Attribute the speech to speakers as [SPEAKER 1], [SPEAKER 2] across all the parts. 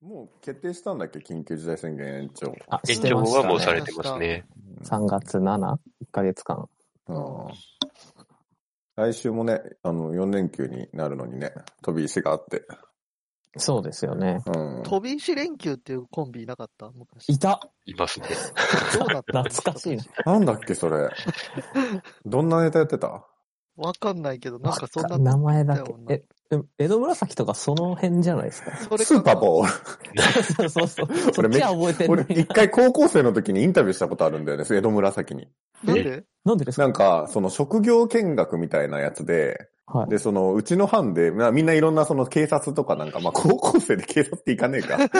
[SPEAKER 1] もう決定したんだっけ緊急事態宣言延長。
[SPEAKER 2] あ、
[SPEAKER 3] 延
[SPEAKER 2] して
[SPEAKER 3] 長
[SPEAKER 2] ました
[SPEAKER 3] は
[SPEAKER 2] ね
[SPEAKER 3] もうされてますね。
[SPEAKER 2] 3月 7?1 ヶ月間。
[SPEAKER 1] うん来週もね、あの、4連休になるのにね、飛び石があって。
[SPEAKER 2] そうですよね。
[SPEAKER 1] うん。
[SPEAKER 4] 飛び石連休っていうコンビいなかった昔。
[SPEAKER 2] いた
[SPEAKER 3] いますね。
[SPEAKER 4] どうなった
[SPEAKER 2] 懐かしいな。
[SPEAKER 1] なんだっけ、そ れ。どんなネタやってた
[SPEAKER 4] わかんないけど、なんかそんな、
[SPEAKER 2] 名前だけ
[SPEAKER 4] よう。な
[SPEAKER 2] え、でも江戸紫とかその辺じゃないですか。
[SPEAKER 4] それ
[SPEAKER 1] スーパー
[SPEAKER 4] ー
[SPEAKER 1] ボール。
[SPEAKER 2] そう そうそう。そ
[SPEAKER 1] 俺
[SPEAKER 2] っ
[SPEAKER 1] め
[SPEAKER 2] ちは覚えて
[SPEAKER 1] 俺
[SPEAKER 2] る、
[SPEAKER 1] 一回高校生の時にインタビューしたことあるんだよね、江戸紫に。
[SPEAKER 4] なんで
[SPEAKER 2] なんでですか
[SPEAKER 1] なんか、その職業見学みたいなやつで、
[SPEAKER 2] はい。
[SPEAKER 1] で、その、うちの班で、まあみんないろんなその警察とかなんか、まあ高校生で警察って行かねえ か。なんか、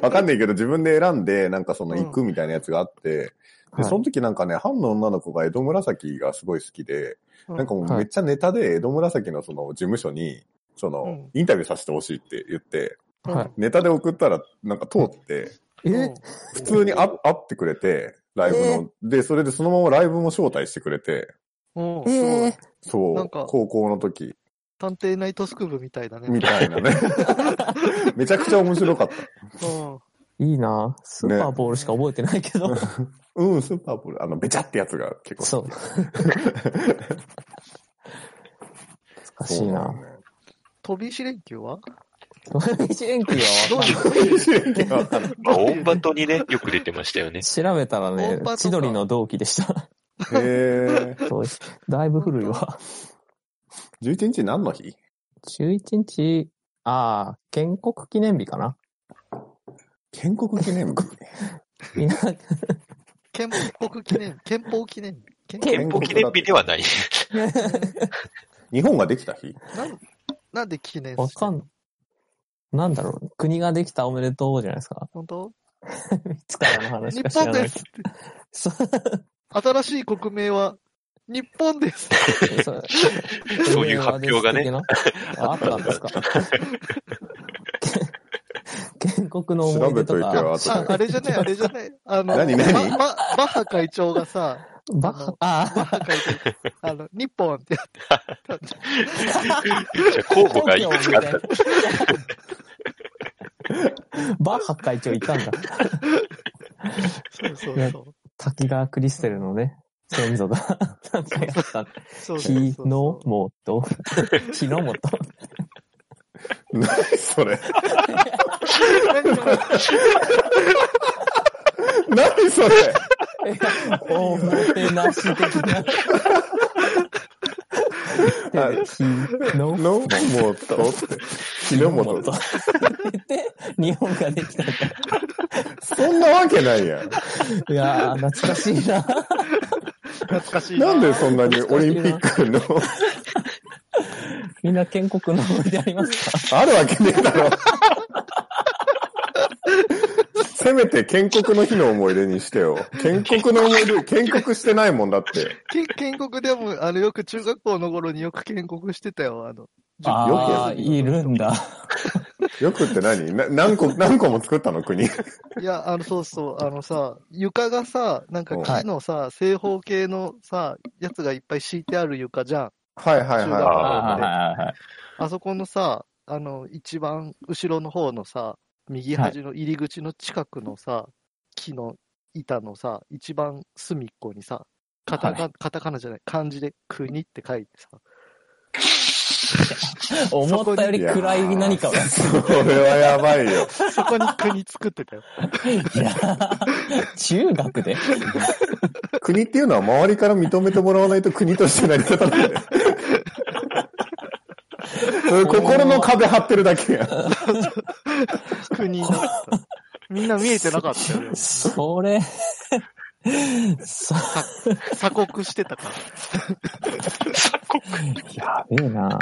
[SPEAKER 1] わかんないけど自分で選んで、なんかその行くみたいなやつがあって、
[SPEAKER 2] は
[SPEAKER 1] で、
[SPEAKER 2] い
[SPEAKER 1] その時なんかね、班の女の子が江戸紫がすごい好きで、
[SPEAKER 4] うん
[SPEAKER 1] なんかもう
[SPEAKER 2] はい
[SPEAKER 1] めっちゃネタで江戸紫のその事務所に、その、
[SPEAKER 4] うん
[SPEAKER 1] インタビューさせてほしいって言って、
[SPEAKER 2] はい
[SPEAKER 1] ネタで送ったらなんか通って、
[SPEAKER 2] え
[SPEAKER 4] うん
[SPEAKER 1] 普通にあ会ってくれて、ライブの、で、それでそのままライブも招待してくれて、
[SPEAKER 4] うんうん
[SPEAKER 2] えー
[SPEAKER 1] そ
[SPEAKER 4] なん
[SPEAKER 1] う、
[SPEAKER 4] か
[SPEAKER 1] 高校の時。
[SPEAKER 4] 探偵ナイトスクープみたいだね。
[SPEAKER 1] みたいな ね。めちゃくちゃ面白かった。
[SPEAKER 4] うん
[SPEAKER 2] いいなスーパーボールしか覚えてないけど。
[SPEAKER 1] うん、スーパーボール。あの、べちゃってやつが結構。
[SPEAKER 2] そう。懐かし
[SPEAKER 1] そ
[SPEAKER 2] いうな
[SPEAKER 1] なんだよね。
[SPEAKER 4] 飛び石連休は
[SPEAKER 2] 一連休
[SPEAKER 4] ど
[SPEAKER 2] は
[SPEAKER 4] う
[SPEAKER 2] わかん
[SPEAKER 4] い
[SPEAKER 2] な
[SPEAKER 4] う
[SPEAKER 3] まあ、オンバトにね、よく出てましたよね
[SPEAKER 2] い。。調べたら
[SPEAKER 4] オ
[SPEAKER 2] ね
[SPEAKER 4] ンパと、か
[SPEAKER 2] 千鳥の同期でした。
[SPEAKER 1] へえ。
[SPEAKER 2] そうですだいぶ古いわ。
[SPEAKER 1] 11日何の日
[SPEAKER 2] 11日、ああ、建国記念日かな
[SPEAKER 1] 建国記念日。
[SPEAKER 2] いなく
[SPEAKER 4] 憲法 記念、憲法記念日。憲
[SPEAKER 3] 憲法記念日ではない。
[SPEAKER 1] 日本ができた日
[SPEAKER 4] なんなんで記念
[SPEAKER 2] わ
[SPEAKER 4] して
[SPEAKER 2] か
[SPEAKER 4] る
[SPEAKER 2] ん、なんだろう。国ができたおめでとうじゃないですか。
[SPEAKER 4] 本
[SPEAKER 2] い
[SPEAKER 4] 当
[SPEAKER 2] つからの話
[SPEAKER 4] 日
[SPEAKER 2] か知ら
[SPEAKER 4] 本
[SPEAKER 2] ない
[SPEAKER 4] で
[SPEAKER 2] け
[SPEAKER 4] すって。
[SPEAKER 2] ど。
[SPEAKER 4] 新しい国名は、日本です。
[SPEAKER 2] そうそう
[SPEAKER 3] そういう発表がね
[SPEAKER 2] 令和です的なあったんです か。建国の思
[SPEAKER 1] 調
[SPEAKER 2] い
[SPEAKER 1] べ
[SPEAKER 2] 出
[SPEAKER 1] と
[SPEAKER 2] と
[SPEAKER 1] いてよ、
[SPEAKER 2] か、
[SPEAKER 4] あ
[SPEAKER 1] 後
[SPEAKER 4] あ
[SPEAKER 1] で。
[SPEAKER 4] れじゃない、あれじゃない。あの、
[SPEAKER 1] 何何
[SPEAKER 4] バババッハ会長がさ、
[SPEAKER 2] バッハ、あ
[SPEAKER 4] バッハ会長、 あの、日本ってやってた。
[SPEAKER 3] じゃあ候
[SPEAKER 2] あ、
[SPEAKER 3] 補がいくつかあった。
[SPEAKER 2] バッハ会長いたんだ。
[SPEAKER 4] そうそうそう。
[SPEAKER 2] 滝川クリステルのね、先祖が、なんかやった。
[SPEAKER 4] そうそうそう
[SPEAKER 2] 日のもと、日のもと。
[SPEAKER 1] 何それ。
[SPEAKER 4] 何これ
[SPEAKER 1] 何それ。
[SPEAKER 2] おもてなし的な。で日の
[SPEAKER 1] の、もう、とって。日の本
[SPEAKER 2] と。で、日本ができたんだ。
[SPEAKER 1] そんなわけないやん。
[SPEAKER 2] いやー、懐かしいな。
[SPEAKER 4] 懐かしいな。
[SPEAKER 1] なんでそんなにオリンピックの、
[SPEAKER 2] みんな建国の思い出ありますか
[SPEAKER 1] あるわけねえだろ。せめて建国の日の思い出にしてよ。建国の思い出、建国してないもんだって。
[SPEAKER 4] け建国でも、あの、よく中学校の頃によく建国してたよ、あの。
[SPEAKER 2] あー
[SPEAKER 1] よく
[SPEAKER 2] いるんだ。
[SPEAKER 1] よくって何な何個、何個も作ったの国。
[SPEAKER 4] いや、あの、そうそう、あのさ、床がさ、なんか木のさ、正方形のさ、やつがいっぱい敷いてある床じゃん。
[SPEAKER 1] はいはいは
[SPEAKER 3] あ
[SPEAKER 2] はいはいはい。
[SPEAKER 4] あそこのさ、あの、一番後ろの方のさ、右端の入り口の近くのさ、木の板のさ、一番隅っこにさ、カタカ,、
[SPEAKER 2] は
[SPEAKER 4] カタカナじゃない、漢字で国って書いてさ、
[SPEAKER 2] 思ったより暗い何かをやっ
[SPEAKER 1] い。それはやばいよ。
[SPEAKER 4] そこに国作ってたよ。
[SPEAKER 2] ていやー中学で
[SPEAKER 1] 国っていうのは周りから認めてもらわないと国として成り立たないんだよ。それ心の壁張ってるだけやん。
[SPEAKER 4] 国だった。みんな見えてなかったよ。
[SPEAKER 2] それ、そ
[SPEAKER 4] 鎖国してたから。
[SPEAKER 2] やべえな。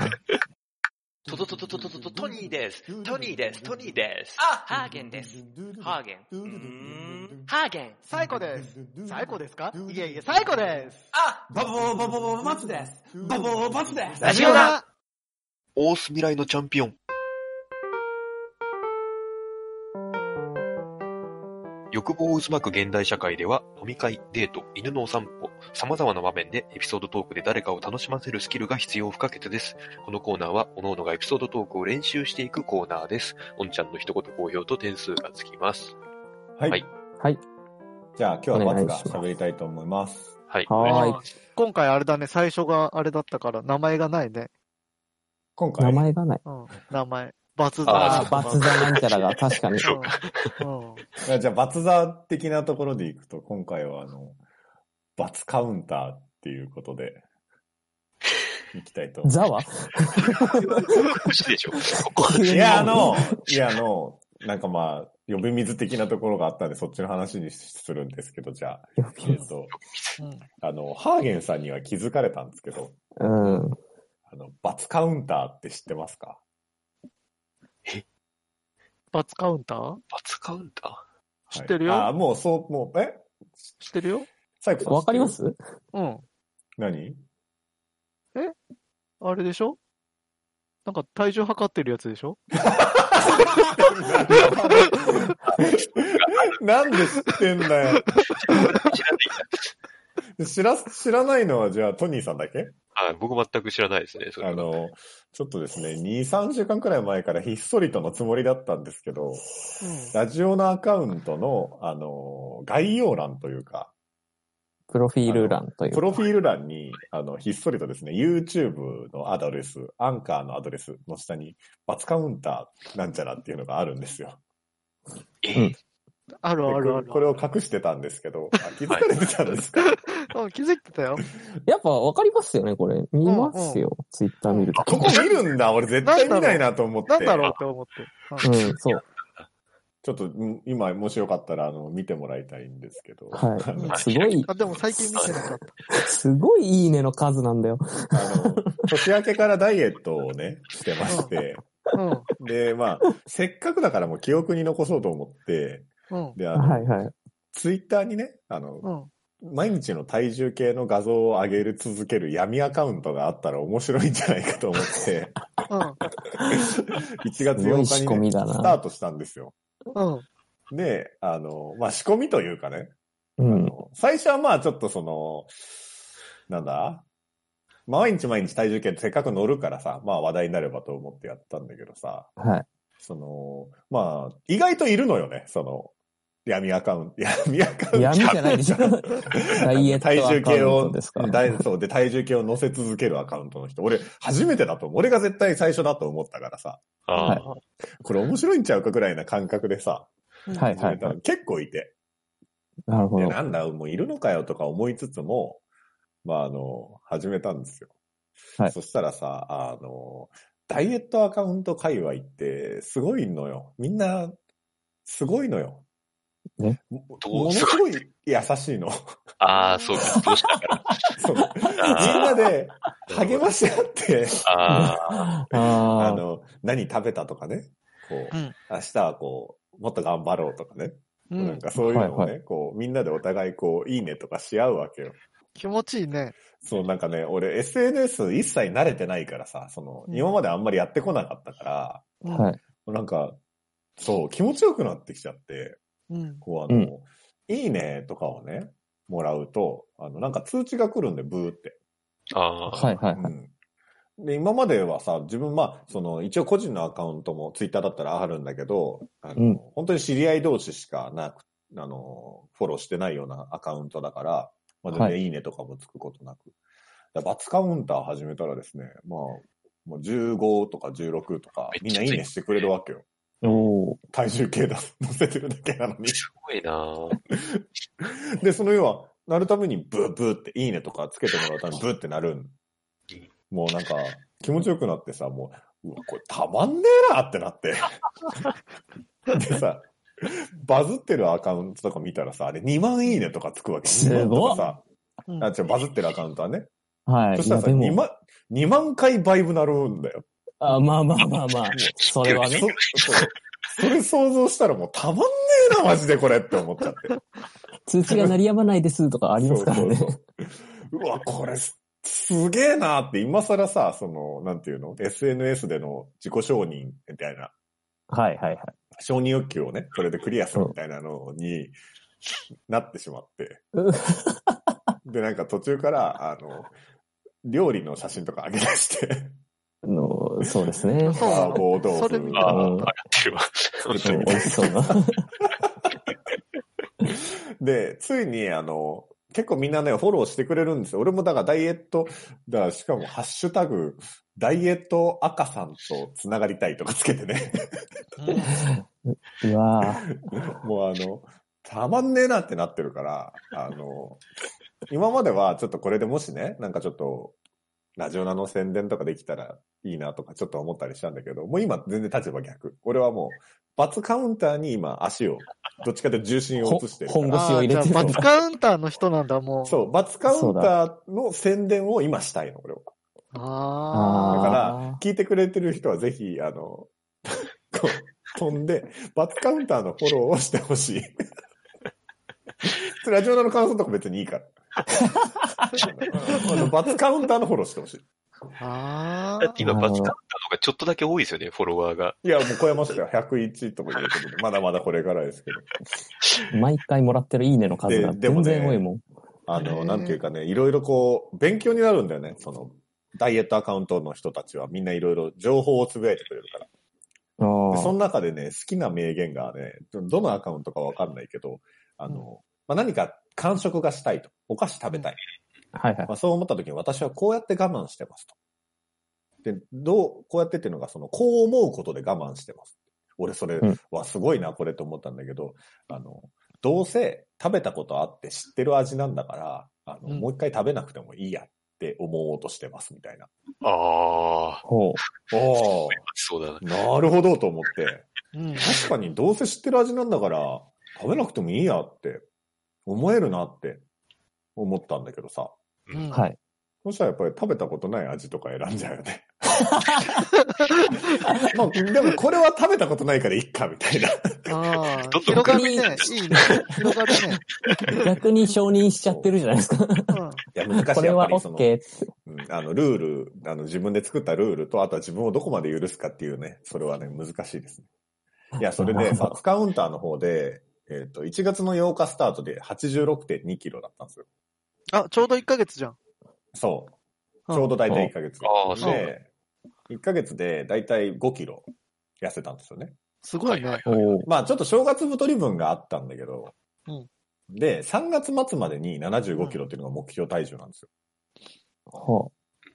[SPEAKER 5] トトトトトトトトトニーです。トニーです。トニーです。あ、ハーゲンです。ハーゲン。うーんハーゲン。
[SPEAKER 4] 最高です。最高ですかいえいえ、最高です。
[SPEAKER 5] あ、
[SPEAKER 6] バボーバボーバツですバボーバツです
[SPEAKER 5] ラジオだ
[SPEAKER 3] オース未来のチャンピオン。欲望を渦巻く現代社会では、飲み会、デート、犬のお散歩、様々な場面でエピソードトークで誰かを楽しませるスキルが必要不可欠です。このコーナーは、各々がエピソードトークを練習していくコーナーです。おんちゃんの一言好評と点数がつきます。
[SPEAKER 1] はい。
[SPEAKER 3] はい
[SPEAKER 2] はい。
[SPEAKER 1] じゃあ今日は
[SPEAKER 2] お願
[SPEAKER 1] 松
[SPEAKER 2] い
[SPEAKER 1] が
[SPEAKER 2] します
[SPEAKER 1] 喋りたいと思います。
[SPEAKER 3] はい。
[SPEAKER 2] はーい
[SPEAKER 3] お願しま
[SPEAKER 4] あー今回あれだね、最初があれだったから、名前がないね。
[SPEAKER 1] 今
[SPEAKER 2] 名
[SPEAKER 1] 回、
[SPEAKER 2] 前がない。
[SPEAKER 4] うん、名前。バツ
[SPEAKER 2] あ
[SPEAKER 4] だ
[SPEAKER 2] あ、バツザなんちゃらが確かに。
[SPEAKER 3] そう
[SPEAKER 4] うん。
[SPEAKER 1] じゃあ、罰座的なところでいくと、今回は、あの、罰カウンターっていうことで、いきたいと思い
[SPEAKER 2] ザ
[SPEAKER 1] ます。
[SPEAKER 2] は
[SPEAKER 3] すでしょ。
[SPEAKER 1] いや、あ の、いや、あの、なんかまあ、呼び水的なところがあったんで、そっちの話にするんですけど、じゃあ、
[SPEAKER 2] 呼び
[SPEAKER 1] えっ
[SPEAKER 2] 水
[SPEAKER 1] と、
[SPEAKER 4] うん
[SPEAKER 1] あの、ハーゲンさんには気づかれたんですけど、
[SPEAKER 2] うん。
[SPEAKER 1] あの、罰カウンターって知ってますか
[SPEAKER 4] バツカウンター
[SPEAKER 3] 罰カウンター
[SPEAKER 4] 知ってるよ
[SPEAKER 1] はいあ、もう、そう、もう、え
[SPEAKER 4] 知ってるよ
[SPEAKER 1] 最後
[SPEAKER 2] わかります
[SPEAKER 4] うん。
[SPEAKER 1] 何
[SPEAKER 4] あれでしょなんか体重測ってるやつでしょ
[SPEAKER 1] なんで知ってんだよ。
[SPEAKER 3] 知ら
[SPEAKER 1] 知ら、
[SPEAKER 3] ない
[SPEAKER 1] 知らないのは、じゃあ、トニーさんだけ
[SPEAKER 3] はい、僕全く知らないですね、それ
[SPEAKER 1] あ
[SPEAKER 3] は。
[SPEAKER 1] の、ちょっとですね、2、3週間くらい前からひっそりとのつもりだったんですけど、
[SPEAKER 4] うん。
[SPEAKER 1] ラジオのアカウントの、あの、概要欄というか、
[SPEAKER 2] プロフィール欄という。
[SPEAKER 1] プロフィール欄に、あの、ひっそりとですね、YouTube のアドレス、アンカーのアドレスの下に、罰カウンターなんちゃらっていうのがあるんですよ。
[SPEAKER 3] え
[SPEAKER 2] うん
[SPEAKER 4] ある
[SPEAKER 1] で
[SPEAKER 4] あるある。
[SPEAKER 1] これを隠してたんですけど、あ気づかれてたんですか、
[SPEAKER 4] うん気づいてたよ。
[SPEAKER 2] やっぱわかりますよね、これ。見ますよ。ツイッター見ると。
[SPEAKER 1] ここ見るんだ俺絶対見ないなと思って。
[SPEAKER 4] なんだろうって思って。 うん
[SPEAKER 2] うん、 そう。
[SPEAKER 1] ちょっと、ん今、もしよかったら、あの、見てもらいたいんですけど。あの
[SPEAKER 2] は
[SPEAKER 1] あ
[SPEAKER 2] い。すごい、
[SPEAKER 4] あ、でも最近見てなかっ
[SPEAKER 2] すごいいいねの数なんだよ。
[SPEAKER 1] の、年明けからダイエットをね、してまして。
[SPEAKER 4] た。うん。
[SPEAKER 1] で、まあ、せっかくだからもう記憶に残そうと思って、
[SPEAKER 4] うん。
[SPEAKER 1] で、あの、
[SPEAKER 2] はいはい。
[SPEAKER 1] ツイッターにね、あの、
[SPEAKER 4] うん。
[SPEAKER 1] 毎日の体重計の画像を上げる続ける闇アカウントがあったら面白いんじゃないかと思 って、1月
[SPEAKER 2] すごい
[SPEAKER 1] 8
[SPEAKER 2] 仕
[SPEAKER 1] 日
[SPEAKER 2] 込
[SPEAKER 1] にね、
[SPEAKER 2] み
[SPEAKER 1] ス
[SPEAKER 2] だな
[SPEAKER 1] タートしたんですよ。
[SPEAKER 4] うん。
[SPEAKER 1] で、あの、まあ、仕込みというかね、あ
[SPEAKER 2] うん。
[SPEAKER 1] の最初はまあちょっとその、なんだ毎日毎日体重計せっかく乗るからさ、まあ話題になればと思ってやったんだけどさ、
[SPEAKER 2] はい。
[SPEAKER 1] その、まあ、意外といるのよね、その、闇アカウント、 闇アカウント。
[SPEAKER 2] 闇じゃない でしょ。ダイエットアカウントですか
[SPEAKER 1] 体重計を、だいそうで、体重計を乗せ続けるアカウントの人。俺、初めてだと思う。俺が絶対最初だと思ったからさ、
[SPEAKER 3] あー
[SPEAKER 1] これ面白いんちゃうかぐらいな感覚でさ、
[SPEAKER 2] はいはいはい。
[SPEAKER 1] 結構いて。
[SPEAKER 2] なるほ
[SPEAKER 1] で
[SPEAKER 2] ど。
[SPEAKER 1] なんだ、もういるのかよとか思いつつも、まあ、あの、始めたんですよ。
[SPEAKER 2] はい
[SPEAKER 1] そしたらさ、あの、ダイエットアカウント界隈ってすごいのよ。みんな、すごいのよ。
[SPEAKER 2] ね
[SPEAKER 1] も
[SPEAKER 3] ど
[SPEAKER 1] もの
[SPEAKER 3] う
[SPEAKER 1] す
[SPEAKER 3] す
[SPEAKER 1] ごい優しい の。
[SPEAKER 3] あー、そうか、どうしたから。
[SPEAKER 1] そうみんなで励まし合って、
[SPEAKER 3] あ
[SPEAKER 2] あ
[SPEAKER 1] あ
[SPEAKER 2] あー。
[SPEAKER 1] の、何食べたとかね、こう、
[SPEAKER 4] うん
[SPEAKER 1] 明日はこう、もっと頑張ろうとかね、
[SPEAKER 4] う
[SPEAKER 1] なん
[SPEAKER 4] ん。
[SPEAKER 1] かそういうのをね、
[SPEAKER 2] はいは
[SPEAKER 1] こう、みんなでお互いこう、いいねとかし合うわけよ。
[SPEAKER 4] 気持ちいいね。
[SPEAKER 1] そう、なんかね、俺 SNS 一切慣れてないからさ、その、
[SPEAKER 4] うん
[SPEAKER 1] 今まであんまりやってこなかったから、
[SPEAKER 4] うん。
[SPEAKER 2] はい。
[SPEAKER 1] なんか、そう、気持ちよくなってきちゃって、
[SPEAKER 4] うん。
[SPEAKER 1] こうあの、
[SPEAKER 2] う
[SPEAKER 1] いいねとかをね、もらうと、あの、なんか通知が来るんで、ブーって。
[SPEAKER 3] ーあー、
[SPEAKER 2] はいはいは
[SPEAKER 1] う
[SPEAKER 2] い。
[SPEAKER 1] ん。で、今まではさ、自分、まあ、その、一応個人のアカウントもツイッターだったらあるんだけど、あの、
[SPEAKER 2] うん
[SPEAKER 1] 本当に知り合い同士しかなく、あの、フォローしてないようなアカウントだから、まあ、全
[SPEAKER 2] は
[SPEAKER 1] 然いいねとかもつくことなく。だから罰カウンター始めたらですね、まあ、もう15とか16とか、みんないいねしてくれるわけよ。
[SPEAKER 2] おー
[SPEAKER 1] 体重計だ、乗せてるだけなのに。
[SPEAKER 3] すごいなー
[SPEAKER 1] で、その要は、なるためにブーブーって、いいねとかつけてもらうためにブーってなるん。もうなんか、気持ちよくなってさ、もう、うわ、これたまんねえなってなって。でさ、バズってるアカウントとか見たらさ、あれ2万いいねとかつくわけ。
[SPEAKER 2] す
[SPEAKER 1] 2
[SPEAKER 2] ご
[SPEAKER 1] 万とか
[SPEAKER 2] っ
[SPEAKER 1] さ、
[SPEAKER 4] うん
[SPEAKER 1] あ、違う、バズってるアカウントはね。
[SPEAKER 2] はい。
[SPEAKER 1] そし
[SPEAKER 2] い
[SPEAKER 1] た
[SPEAKER 2] や、
[SPEAKER 1] らさ、
[SPEAKER 2] で
[SPEAKER 1] 2
[SPEAKER 2] も、
[SPEAKER 1] 万、2万回バイブなるんだよ。
[SPEAKER 2] あまあまあまあまあ、そ れは
[SPEAKER 1] そ、
[SPEAKER 2] ね
[SPEAKER 1] そ。う。それ想像したらもうたまんねえな、マジでこれって思っちゃって。
[SPEAKER 2] 通知が鳴りやまないですとかありますからね。
[SPEAKER 1] そうそう そううわ、これす、すげえなって、今更さ、その、なんていうの ?SNS での自己承認みたいな
[SPEAKER 2] はいはいはい。
[SPEAKER 1] 承認欲求をね、それでクリアするみたいなのになってしま って
[SPEAKER 2] う。
[SPEAKER 1] で、なんか途中から、あの、料理の写真とか上げ出して、
[SPEAKER 2] の、そうで すね。
[SPEAKER 4] そうなの
[SPEAKER 1] 麻婆豆
[SPEAKER 4] そ
[SPEAKER 1] 腐
[SPEAKER 4] れ見
[SPEAKER 1] み
[SPEAKER 4] た
[SPEAKER 1] た
[SPEAKER 3] あ
[SPEAKER 1] い
[SPEAKER 3] あ、
[SPEAKER 1] な。
[SPEAKER 3] あ
[SPEAKER 2] うん
[SPEAKER 3] やってるわ。本当
[SPEAKER 2] う
[SPEAKER 3] に
[SPEAKER 2] ん。美味し そうな。
[SPEAKER 1] で、ついに、あの、結構みんなね、フォローしてくれるんですよ。俺もだからダイエット、だからしかもハッシュタグ、ダイエット赤さんと繋がりたいとかつけてね。
[SPEAKER 2] うわぁ。
[SPEAKER 1] もうあの、たまんねえなってなってるから、あの、今まではちょっとこれでもしね、なんかちょっと、ラジオナの宣伝とかできたらいいなとかちょっと思ったりしたんだけど、もう今全然立場逆。俺はもう、罰カウンターに今足を、どっちかというと重心を
[SPEAKER 2] ほ
[SPEAKER 1] 移してるから。
[SPEAKER 2] 本腰を入れ
[SPEAKER 4] あー
[SPEAKER 2] て
[SPEAKER 4] じゃあ
[SPEAKER 2] る
[SPEAKER 4] バツカウンターの人なんだ、もう。
[SPEAKER 1] そう、罰カウンターの宣伝を今したいの、俺は。
[SPEAKER 4] あ
[SPEAKER 1] だ
[SPEAKER 4] あ。
[SPEAKER 1] から、聞いてくれてる人はぜひ、あの、 こう、飛んで、罰カウンターのフォローをしてほしい。 それラジオナの感想とか別にいい から。あの罰カウンターのフォローしてほしい。
[SPEAKER 4] あ
[SPEAKER 3] だって今、バツカウンターの方がちょっとだけ多いですよね、フォロワーが。
[SPEAKER 1] いや、もう超えましたよ。101とかいうことで、まだまだこれからですけど。
[SPEAKER 2] 毎回もらってるいいねの数が
[SPEAKER 1] ででも
[SPEAKER 2] 全
[SPEAKER 1] ね
[SPEAKER 2] 然多いもん。
[SPEAKER 1] あ
[SPEAKER 4] へー
[SPEAKER 1] の、なんていうかね、いろいろこう、勉強になるんだよね。その、ダイエットアカウントの人たちはみんないろいろ情報をつぶやいてくれるから。
[SPEAKER 2] あ
[SPEAKER 1] でそ
[SPEAKER 2] ー
[SPEAKER 1] の中でね、好きな名言がね、どのアカウントかわかんないけど、あの、
[SPEAKER 4] う
[SPEAKER 1] まあ、何か感触がしたいと。お菓子食べたい。
[SPEAKER 2] はいはい
[SPEAKER 1] ま。あ、そう思った時に私はこうやって我慢してますと。で、どう、こうやってっていうのが、その、こう思うことで我慢してます。俺それ
[SPEAKER 2] うん
[SPEAKER 1] はすごいな、これと思ったんだけど、あの、どうせ食べたことあって知ってる味なんだから、あの、
[SPEAKER 4] うん
[SPEAKER 1] もう一回食べなくてもいいやって思おうとしてます、みたいな。
[SPEAKER 3] ああ、
[SPEAKER 2] ほう。
[SPEAKER 1] お
[SPEAKER 3] そうだな。
[SPEAKER 1] なるほどと思って。
[SPEAKER 4] うん。
[SPEAKER 1] 確かにどうせ知ってる味なんだから、食べなくてもいいやって、思えるなって思ったんだけどさ。
[SPEAKER 4] うん
[SPEAKER 2] はい。
[SPEAKER 1] そしたらやっぱり食べたことない味とか選んじゃうよ ね。まあ、でもこれは食べたことないからいっか、み たいな。
[SPEAKER 4] ああ。
[SPEAKER 3] どんどん
[SPEAKER 4] 広がるね。いいね。広がるね。
[SPEAKER 2] 逆に承認しちゃってるじゃないですか。
[SPEAKER 4] うん。
[SPEAKER 1] いや、難
[SPEAKER 2] これは OK って。
[SPEAKER 1] うんあの、ルール、あの、自分で作ったルールと、あとは自分をどこまで許すかっていうね、それはね、難しいですね。いや、それ で、バツカウンターの方で、えっ、と、1月の8日スタートで86.2キロだったんですよ。
[SPEAKER 4] あ、ちょうど1ヶ月じゃん。
[SPEAKER 1] そう。
[SPEAKER 4] うん
[SPEAKER 1] ちょうど大体1ヶ月。
[SPEAKER 3] ああ、そうなんだ。
[SPEAKER 1] で、1ヶ月で大体5キロ痩せたんですよね。
[SPEAKER 4] すごいね。
[SPEAKER 2] おー
[SPEAKER 1] まあちょっと正月太り分があったんだけど、
[SPEAKER 4] うん
[SPEAKER 1] で、3月末までに75キロっていうのが目標体重なんですよ。
[SPEAKER 2] ほ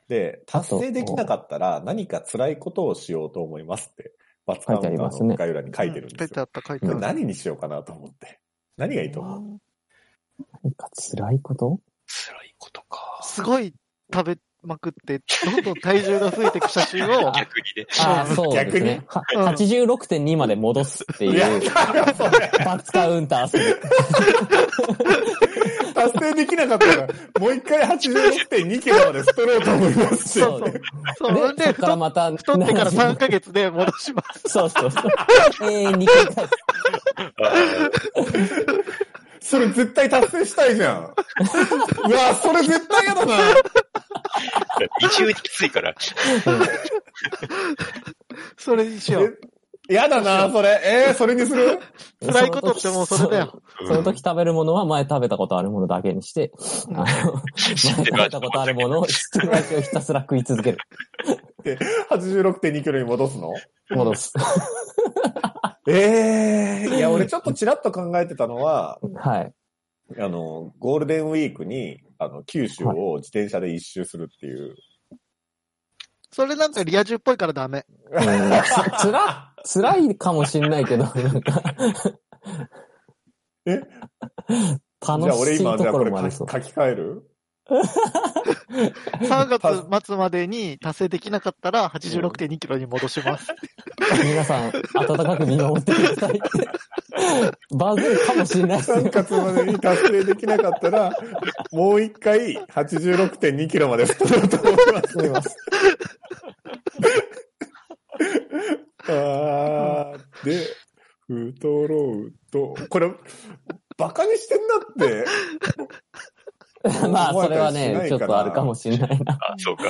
[SPEAKER 1] で、達成できなかったら何か辛いことをしようと思いますって、バツカウンターの概要欄に書いてるん
[SPEAKER 4] 書
[SPEAKER 1] で
[SPEAKER 4] い
[SPEAKER 1] す
[SPEAKER 4] てあ
[SPEAKER 1] よ。
[SPEAKER 4] った、書いて
[SPEAKER 1] こ
[SPEAKER 4] あ
[SPEAKER 1] れ
[SPEAKER 4] った。
[SPEAKER 1] 何にしようかなと思って。何がいいと思う
[SPEAKER 4] うん
[SPEAKER 2] う。なんか辛いこと
[SPEAKER 3] 辛いことか。
[SPEAKER 4] すごい食べまくって、どんどん体重が増えていく写真を、
[SPEAKER 3] 逆にね。
[SPEAKER 2] ああ、そうですね。は
[SPEAKER 4] うん
[SPEAKER 2] 86.2まで戻すって
[SPEAKER 1] いや、
[SPEAKER 2] いう、
[SPEAKER 1] だよそれ
[SPEAKER 2] バツカウンターする。
[SPEAKER 1] 達成できなかったら、もう一回86.2キロまで太ろうと思いますって。
[SPEAKER 2] そうで
[SPEAKER 4] そう、ほん
[SPEAKER 2] そ
[SPEAKER 4] で
[SPEAKER 2] っから
[SPEAKER 4] 太、
[SPEAKER 2] また、
[SPEAKER 4] 太ってから3
[SPEAKER 2] 70
[SPEAKER 4] ヶ月で戻します。
[SPEAKER 2] そうそうそう。ええ2回返す。
[SPEAKER 1] それ絶対達成したいじゃん。うわ、それ絶対嫌だな。
[SPEAKER 3] 二重にきついから。
[SPEAKER 4] それにしよう。
[SPEAKER 1] え嫌だな、それ。えー、それにする
[SPEAKER 4] 辛いことってもうそれだよ。
[SPEAKER 2] その時食べるものは前食べたことあるものだけにして、あの、 前食べたことあるものを知ってる味をひたすら食い続ける。
[SPEAKER 1] ?86.2 キロに戻すの
[SPEAKER 2] 戻す。
[SPEAKER 1] ええいや、俺ちょっとちらっと考えてたのは、
[SPEAKER 2] はい。
[SPEAKER 1] あの、ゴールデンウィークに、あの、九州を自転車で一周するっていう。
[SPEAKER 4] それなんかリア充っぽいからダメ。
[SPEAKER 2] うん、つつら、辛いかもしんないけど、なんか。
[SPEAKER 1] えじ
[SPEAKER 2] 楽しい
[SPEAKER 1] ゃあ俺今、じゃ
[SPEAKER 2] と
[SPEAKER 1] あ
[SPEAKER 2] こ
[SPEAKER 1] こ
[SPEAKER 2] ろ
[SPEAKER 1] れ
[SPEAKER 2] ま
[SPEAKER 1] 書
[SPEAKER 2] で
[SPEAKER 1] き
[SPEAKER 2] そう。
[SPEAKER 1] 書き換える
[SPEAKER 4] 3月末までに達成できなかったら86.2キロに戻します。
[SPEAKER 2] 皆さん、温かく見守ってくださいって。バズるかもしん ないですよ
[SPEAKER 1] ?3 月までに達成できなかった ら、もう一回86.2キロまで太ろうと思います。
[SPEAKER 2] 思います。
[SPEAKER 1] あーで、太ろうと、これ、バカにしてんなって。
[SPEAKER 2] まあ、それは
[SPEAKER 1] 思われたりしな
[SPEAKER 2] ね、
[SPEAKER 1] い
[SPEAKER 2] ちょっとあるかも
[SPEAKER 1] し
[SPEAKER 2] しんないな。
[SPEAKER 3] あ、そうか。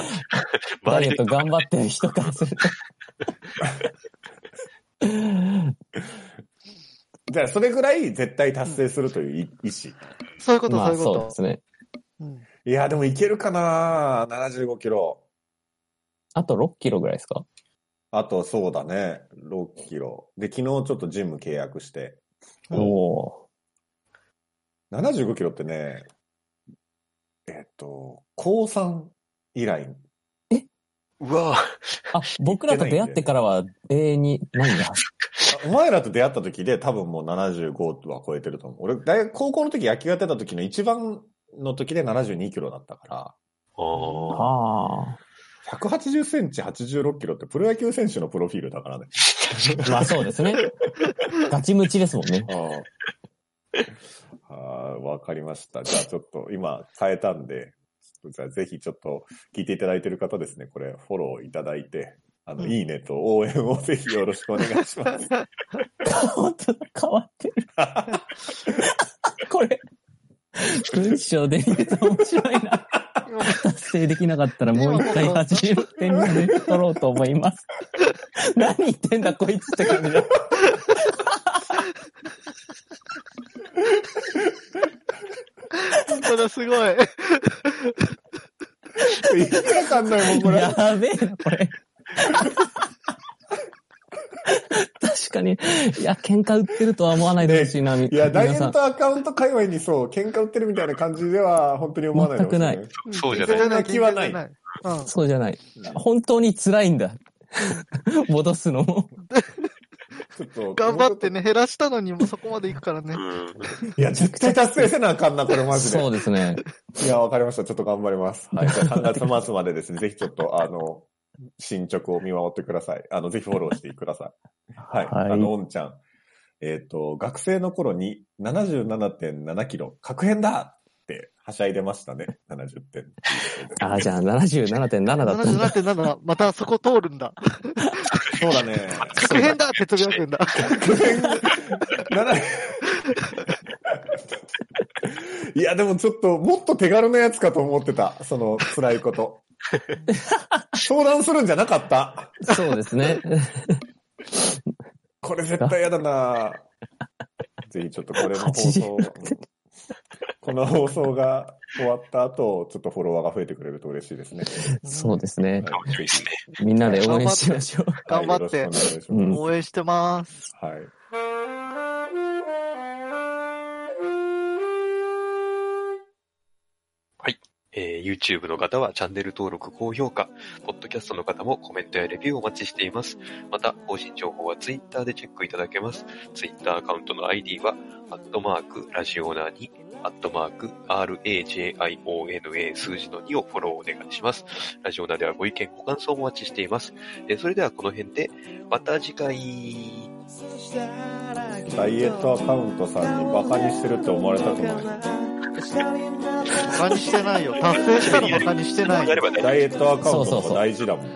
[SPEAKER 2] ダ
[SPEAKER 3] 周
[SPEAKER 2] イエ
[SPEAKER 3] り
[SPEAKER 2] ット
[SPEAKER 3] の
[SPEAKER 2] 頑張ってる人からすると。
[SPEAKER 1] じゃあ、それぐらい絶対達成するという意意思。
[SPEAKER 4] そういうこと、
[SPEAKER 2] ま
[SPEAKER 4] そう
[SPEAKER 2] あ、
[SPEAKER 4] い
[SPEAKER 2] そうで
[SPEAKER 4] うこ
[SPEAKER 2] すね。
[SPEAKER 4] と。うん
[SPEAKER 1] いや、でもいけるかな75キロ。
[SPEAKER 2] あと6キロぐらいですか
[SPEAKER 1] あと、そうだね。6キロ。で、昨日ちょっとジム契約して。
[SPEAKER 4] うん
[SPEAKER 2] おお
[SPEAKER 1] 75キロってね、えっと、高3以来。
[SPEAKER 3] うわぁ、
[SPEAKER 2] ー。あ、僕らと出会ってからは永遠に何が
[SPEAKER 1] あお前らと出会った時で多分もう75は超えてると思う。俺、大学、高校の時野球やってた時の一番の時で72キロだったから。
[SPEAKER 3] あ
[SPEAKER 2] あ
[SPEAKER 3] あ、
[SPEAKER 2] あ。
[SPEAKER 1] 180センチ86キロってプロ野球選手のプロフィールだからね。
[SPEAKER 2] まあそうですね。ガチムチですもんね。
[SPEAKER 1] ああ、わかりました。じゃあちょっと今変えたんで、ちょっとじゃあぜひちょっと聞いていただいてる方ですね、これフォローいただいて、あの、
[SPEAKER 4] うん
[SPEAKER 1] いいねと応援をぜひよろしくお願いします。
[SPEAKER 2] 本当だ、変わってる。 これ、文章で見てた面白いな。達成できなかったらもう一回80点まで取ろうと思います。何言ってんだこいつって感じだ。
[SPEAKER 4] 本当だ、すごい。
[SPEAKER 1] いくらかんないもん、これ。
[SPEAKER 2] やべえな、これ。確かに。いや、喧嘩売ってるとは思わないでほしいな、み
[SPEAKER 1] いや、ダイエ
[SPEAKER 2] 皆さ
[SPEAKER 1] ッ
[SPEAKER 2] ん。
[SPEAKER 1] トアカウント界隈にそう、喧嘩売ってるみたいな感じでは、本当に思わないでほしね
[SPEAKER 2] 全く
[SPEAKER 3] そうじゃない
[SPEAKER 1] そんな気はない
[SPEAKER 4] うん。そ
[SPEAKER 2] そうじゃない。本当に辛いんだ。 戻すのも。
[SPEAKER 1] ちょっと
[SPEAKER 4] う頑張ってね、減らしたのにもそこまで行くからね
[SPEAKER 3] う。ん。
[SPEAKER 1] いや、絶対達成せなあかんな、これマジで。
[SPEAKER 2] そうですね。
[SPEAKER 1] いや、わかりました。ちょっと頑張ります。はい。じゃあ3月末までですね、ぜひちょっと、あの、進捗を見守ってください。あの、ぜひフォローしてください。はい。
[SPEAKER 2] はい
[SPEAKER 1] あの、おんちゃん。えっ、と、学生の頃に77.7キロ、確変だって、はしゃいでましたね。70点。
[SPEAKER 2] ああ、じゃあ77.7だったんだ。
[SPEAKER 4] 77.7、またそこ通るんだ。
[SPEAKER 1] そうだね。
[SPEAKER 4] 確変だってつぶやくんだ。
[SPEAKER 1] 確変、7 いや、でもちょっと、もっと手軽なやつかと思ってた。その、辛いこと。相談するんじゃなかった。
[SPEAKER 2] そうですね。
[SPEAKER 1] これ絶対やだなぁぜひちょっとこれの放送を、この放送が終わった後、ちょっとフォロワーが増えてくれると嬉しいですね。
[SPEAKER 2] そうですね。
[SPEAKER 1] はい、
[SPEAKER 3] いいですね。
[SPEAKER 2] みんなで応援しましょう。
[SPEAKER 1] はい
[SPEAKER 4] 頑張って
[SPEAKER 1] よろしくお
[SPEAKER 2] う
[SPEAKER 1] 願いし
[SPEAKER 2] ん
[SPEAKER 1] ま
[SPEAKER 4] 応援してます。
[SPEAKER 1] す。はい。
[SPEAKER 3] えー YouTube の方はチャンネル登録、高評価、Podcast の方もコメントやレビューをお待ちしています。また、更新情報は Twitter でチェックいただけます。Twitter アカウントの ID は、アットマーク、ラジオナーに、アットマーク、RAJIONA 数字の2をフォローお願いします。ラジオナーではご意見、ご感想もお待ちしています。えーそれではこの辺で、また次回。
[SPEAKER 1] ダイエットアカウントさんにバカにしてるって思われたくない。
[SPEAKER 4] 馬鹿にしてないよ。達成したの馬鹿にしてない
[SPEAKER 3] や
[SPEAKER 4] よ
[SPEAKER 3] れ。ばね
[SPEAKER 1] ダイエットアカウン
[SPEAKER 2] そ
[SPEAKER 1] ト
[SPEAKER 2] うそう
[SPEAKER 1] も
[SPEAKER 2] そう
[SPEAKER 1] 大事だもん。